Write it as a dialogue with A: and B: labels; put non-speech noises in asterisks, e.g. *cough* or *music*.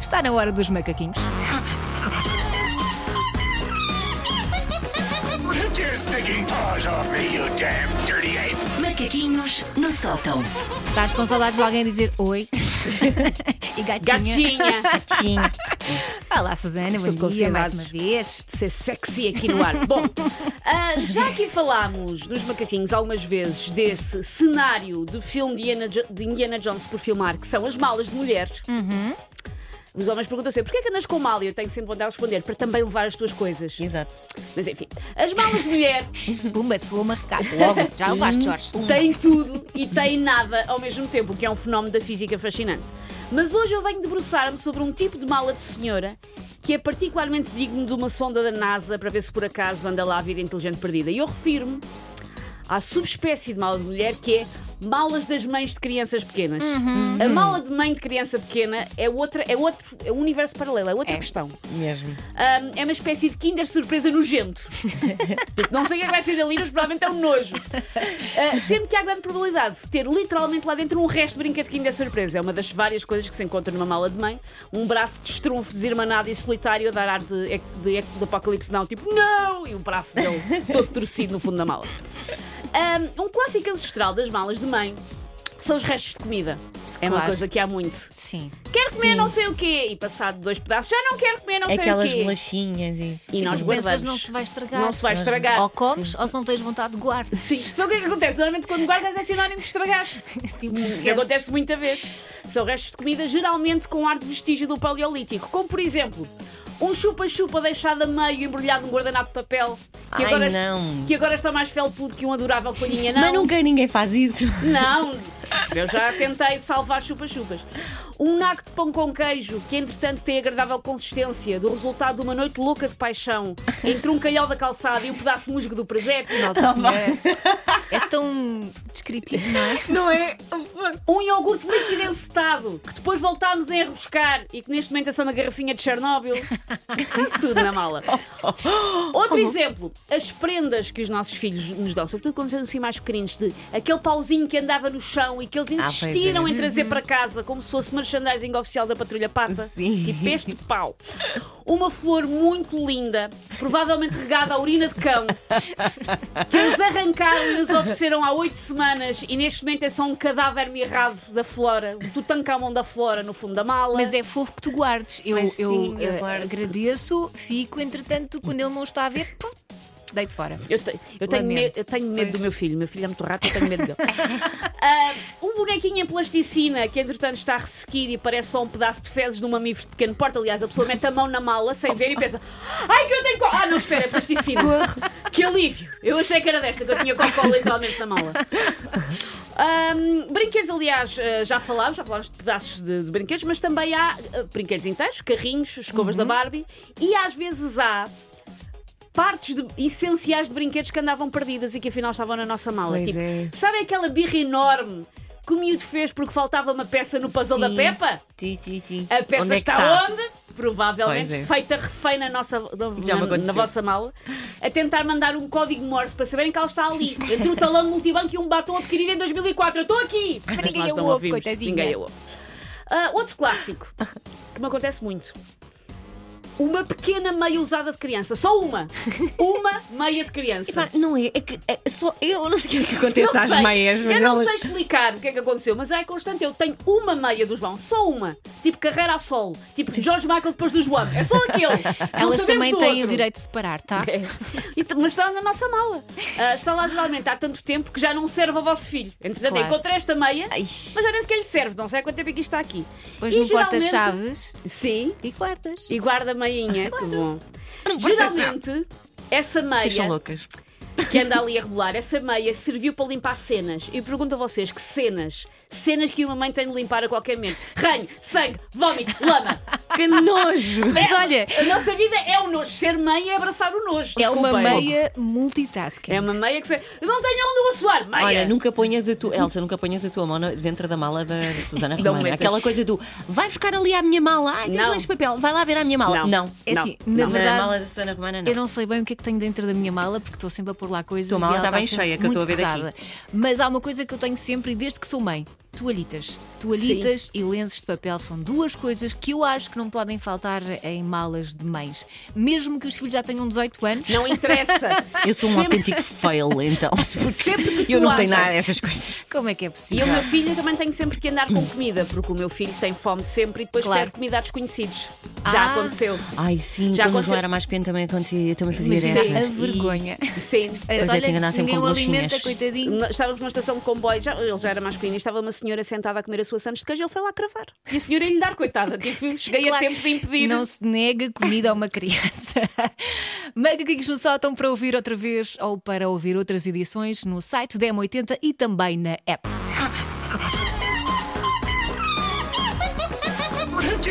A: Está na hora dos macaquinhos.
B: Take your stinking paws off me, you damn dirty ape!
C: Macaquinhos no sótão.
A: Estás com saudades de alguém dizer oi? e gatinha.
D: Gatinha.
A: Gatinha. Olá, Susana.
D: Estou
A: Bom
D: com
A: dia mais
D: saudades.
A: uma vez.
D: de ser sexy aqui no ar. Bom, ah, já aqui falámos nos macaquinhos algumas vezes desse cenário do filme de Indiana, Jo- de Indiana Jones por filmar, que são as malas de mulher. Os homens perguntam sempre: porquê é que andas com mala? E eu tenho sempre vontade de responder: para também levar as tuas coisas.
E: Exato.
D: Mas enfim, as malas de mulher
A: Pumba, soou uma recado. Logo. Já levaste, Jorge.
D: têm tudo e têm nada ao mesmo tempo, o que é um fenómeno da física fascinante. Mas hoje eu venho debruçar-me sobre um tipo de mala de senhora que é particularmente digno de uma sonda da NASA para ver se por acaso anda lá a vida inteligente perdida. E eu refiro-me à subespécie de mala de mulher que é malas das mães de crianças pequenas. A mala de mãe de criança pequena é outra, é outro, é um universo paralelo, é outra
A: É.
D: questão.
E: Mesmo.
D: Hum, é uma espécie de Kinder surpresa nojento. Não sei o que é que vai ser dali, mas provavelmente é um nojo. Ah, sendo que há grande probabilidade de ter literalmente lá dentro um resto de brinquedo de Kinder surpresa. É uma das várias coisas que se encontra numa mala de mãe. Um braço de estrunfo desirmanado e solitário a dar ar de, ec- de, ec- de apocalipse não, tipo não! E o braço dele todo torcido no fundo da mala. Hum, um clássico ancestral das malas de mãe são os restos de comida. É uma
A: Claro.
D: coisa que há muito.
A: Sim.
D: Quero comer
E: Sim.
D: não sei o quê. E passado dois pedaços, já não quero comer não
E: Aquelas
D: sei o quê.
E: bolachinhas e.
D: E nós
A: tu
D: guardamos.
A: pensas não se vai estragar.
D: Não se vai estragar.
A: Ou comes, ou se não tens vontade, guardas.
D: Sim. Só que o que acontece? Normalmente quando guardas é sinónimo que estragaste.
A: *laughs* Esse tipo de
D: Isso
A: esqueces.
D: Hum, acontece muita vez. São restos de comida, geralmente com ar de vestígio do Paleolítico. Como, por exemplo, um chupa-chupa deixado a meio embrulhado num guardanapo de papel. Que
E: Ai,
D: agora,
E: não.
D: Que agora está mais felpudo que um adorável folhinha. Não,
E: Mas nunca ninguém faz isso. *laughs*
D: Não, eu já tentei salvar chupa-chupas. Um naco de pão com queijo que, entretanto, tem agradável consistência, do resultado de uma noite louca de paixão entre um calhau da calçada e um pedaço de musgo do presépio.
A: Nossa Senhora. É tão descritivo, não é?
E: Não é?
D: Um iogurte líquido encetado, que depois voltámos a enroscar e que neste momento é só uma garrafinha de Chernobyl. *laughs* Tudo na mala.
E: *laughs*
D: Outro exemplo, as prendas que os nossos filhos nos dão, sobretudo quando são assim mais pequeninos, de aquele pauzinho que andava no chão e que eles
E: pois é.
D: insistiram em trazer para casa como se fosse merchandising oficial da Patrulha Pata.
E: Sim.
D: Tipo este pau. Uma flor muito linda, provavelmente regada à urina de cão, que eles arrancaram e nos ofereceram há oito semanas e neste momento é só um cadáver mirrado da flora, o Tutankamon da flora no fundo da mala.
A: Mas é fofo que tu guardes. Eu,
E: Mas
A: eu,
E: sim, eu
A: eh,
E: guardo.
A: agradeço, fico, entretanto, quando ele não está a ver, puf, deito fora.
D: Eu, te- eu tenho
A: Lamento.
D: medo, eu tenho medo do
A: Pois.
D: meu filho. Meu filho é muito rápido, eu tenho medo dele. *laughs* Ah, um bonequinho em plasticina que, entretanto, está ressequido e parece só um pedaço de fezes de um mamífero de pequeno porte. Aliás, a pessoa mete a mão na mala sem ver e pensa: Ai, que eu tenho. co-" Ah, não, espera, é plasticina. que alívio. Eu achei que era desta, que eu tinha cocó literalmente na mala. Ahm, brinquedos, aliás, ah, já falámos, já falámos de pedaços de, de brinquedos, mas também há ah, brinquedos inteiros, carrinhos, escovas
E: Uhum.
D: da Barbie e às vezes há partes de- essenciais de brinquedos que andavam perdidas e que afinal estavam na nossa mala.
E: Pois
D: Tipo,
E: é.
D: Sabe aquela birra enorme que o miúdo fez porque faltava uma peça no puzzle da Peppa?
E: Sim, sim, sim.
D: A peça
E: Onde é que
D: está
E: tá?
D: onde? Provavelmente
E: Pois é.
D: feita refém na, nossa, na,
E: Já me
D: na- na
E: aconteceu.
D: vossa mala, a tentar mandar um código Morse para saberem que ela está ali, entre o talão de multibanco e um batom adquirido em 2004. Eu estou aqui! Mas
A: ninguém
D: nós
A: a
D: não
A: ouve,
D: ouvimos.
A: coitadinha.
E: é
D: Ninguém a ouve. Ah, outro clássico que me acontece muito. Uma pequena meia usada de criança, só
A: *laughs*
D: uma. Uma meia de criança.
E: Pá, não é? É que é só. Eu não sei o que é que
D: Eu
E: acontece às
D: sei.
E: meias, mas
D: Eu não
E: elas.
D: sei explicar o que é que aconteceu, mas é constante. Eu tenho uma meia do João, só uma. Tipo carreira a solo. Tipo George Michael depois do João. É só
A: *laughs*
D: aquele. Não
A: Elas
D: sabemos
A: também
D: do
A: têm o
D: outro. *laughs*
A: direito de separar, tá?
D: É. E t- Mas está na nossa mala. Ah, está lá geralmente há tanto tempo que já não serve ao vosso filho. Entretanto,
A: Claro.
D: encontrei esta meia,
E: Ai.
D: mas já nem sequer lhe serve. Não sei há quanto tempo é que isto está aqui.
A: Depois
D: E
A: no
D: geralmente-
A: porta-chaves
D: Sim,
A: e guardas.
D: e guarda a meinha. Que bom.
E: porta-chaves.
D: Geralmente, essa
E: Vocês são
D: meia
E: loucas.
D: que anda ali a rebolar, essa meia serviu para limpar cenas. E eu pergunto a vocês: que cenas? Cenas que uma mãe tem de limpar a qualquer momento: ranho, sangue, vómito, lama.
E: Que *laughs* nojo!
A: *laughs* Mas olha,
D: A nossa vida é o nojo. Ser mãe é abraçar o nojo.
A: é uma
D: Desculpem.
A: meia multitasking.
D: É uma meia que se... Eu não tenho onde eu assoar. Meia.
E: Olha, nunca ponhas a tua. Elsa, nunca ponhas a tua mão na- dentro da mala *laughs* da Susana
D: Não
E: Romana.
D: metas.
E: Aquela coisa do vai buscar ali à minha mala. Ai, tens
D: Não.
E: lá este papel. Vai lá ver à minha mala.
D: Não.
E: Não.
A: É
D: Não,
A: assim,
D: não.
A: na
E: Na
A: verdade,
E: mala da Susana Romana, não.
A: eu não sei bem o que é que tenho dentro da minha mala, porque estou sempre a pôr lá coisas.
E: Tua
A: e
E: mala
A: ela tá
E: está bem
A: sempre
E: cheia, que eu
A: muito
E: estou a ver daqui.
A: pesada. Mas há uma coisa que eu tenho sempre, e desde que sou mãe, toalhitas. Toalhitas e lenços de papel são duas coisas que eu acho que não podem faltar em malas de mães. Mesmo que os filhos já tenham 18 anos.
D: Não interessa.
A: *laughs*
E: Eu sou um
D: Sempre-
E: autêntico fail, *laughs* então.
D: Sempre
E: Porque
D: que
E: eu
D: tu
E: não tenho
D: andas.
E: nada dessas coisas.
A: Como é que é
D: E
A: possível?
D: o meu filho também tem sempre que andar com comida, porque o meu filho tem fome sempre e depois
A: Claro.
D: pede comida a desconhecidos. Já
A: Ah.
D: aconteceu.
E: Ai, sim,
D: Já
E: quando o
D: aconteceu-
E: João era mais pequeno também acontecia. Eu também fazia
A: Imagina
E: dessas.
A: a vergonha.
D: Sim.
A: Parece,
E: já te
A: olha,
E: enganassem
A: ninguém
E: com
A: o alimenta,
E: bolachinhas.
A: coitadinho.
D: Nós Estávamos numa estação de comboio, já, ele já era masculino, e estava uma senhora sentada a comer a sua sandes de queijo e ele foi lá cravar. E a senhora ia lhe dar, coitada. Tipo, cheguei
A: Claro,
D: a tempo de impedir.
A: Não se nega comida a uma criança. *laughs* Macaquinhos no sótão para ouvir outra vez ou para ouvir outras edições no site da M80 e também na app.
B: Take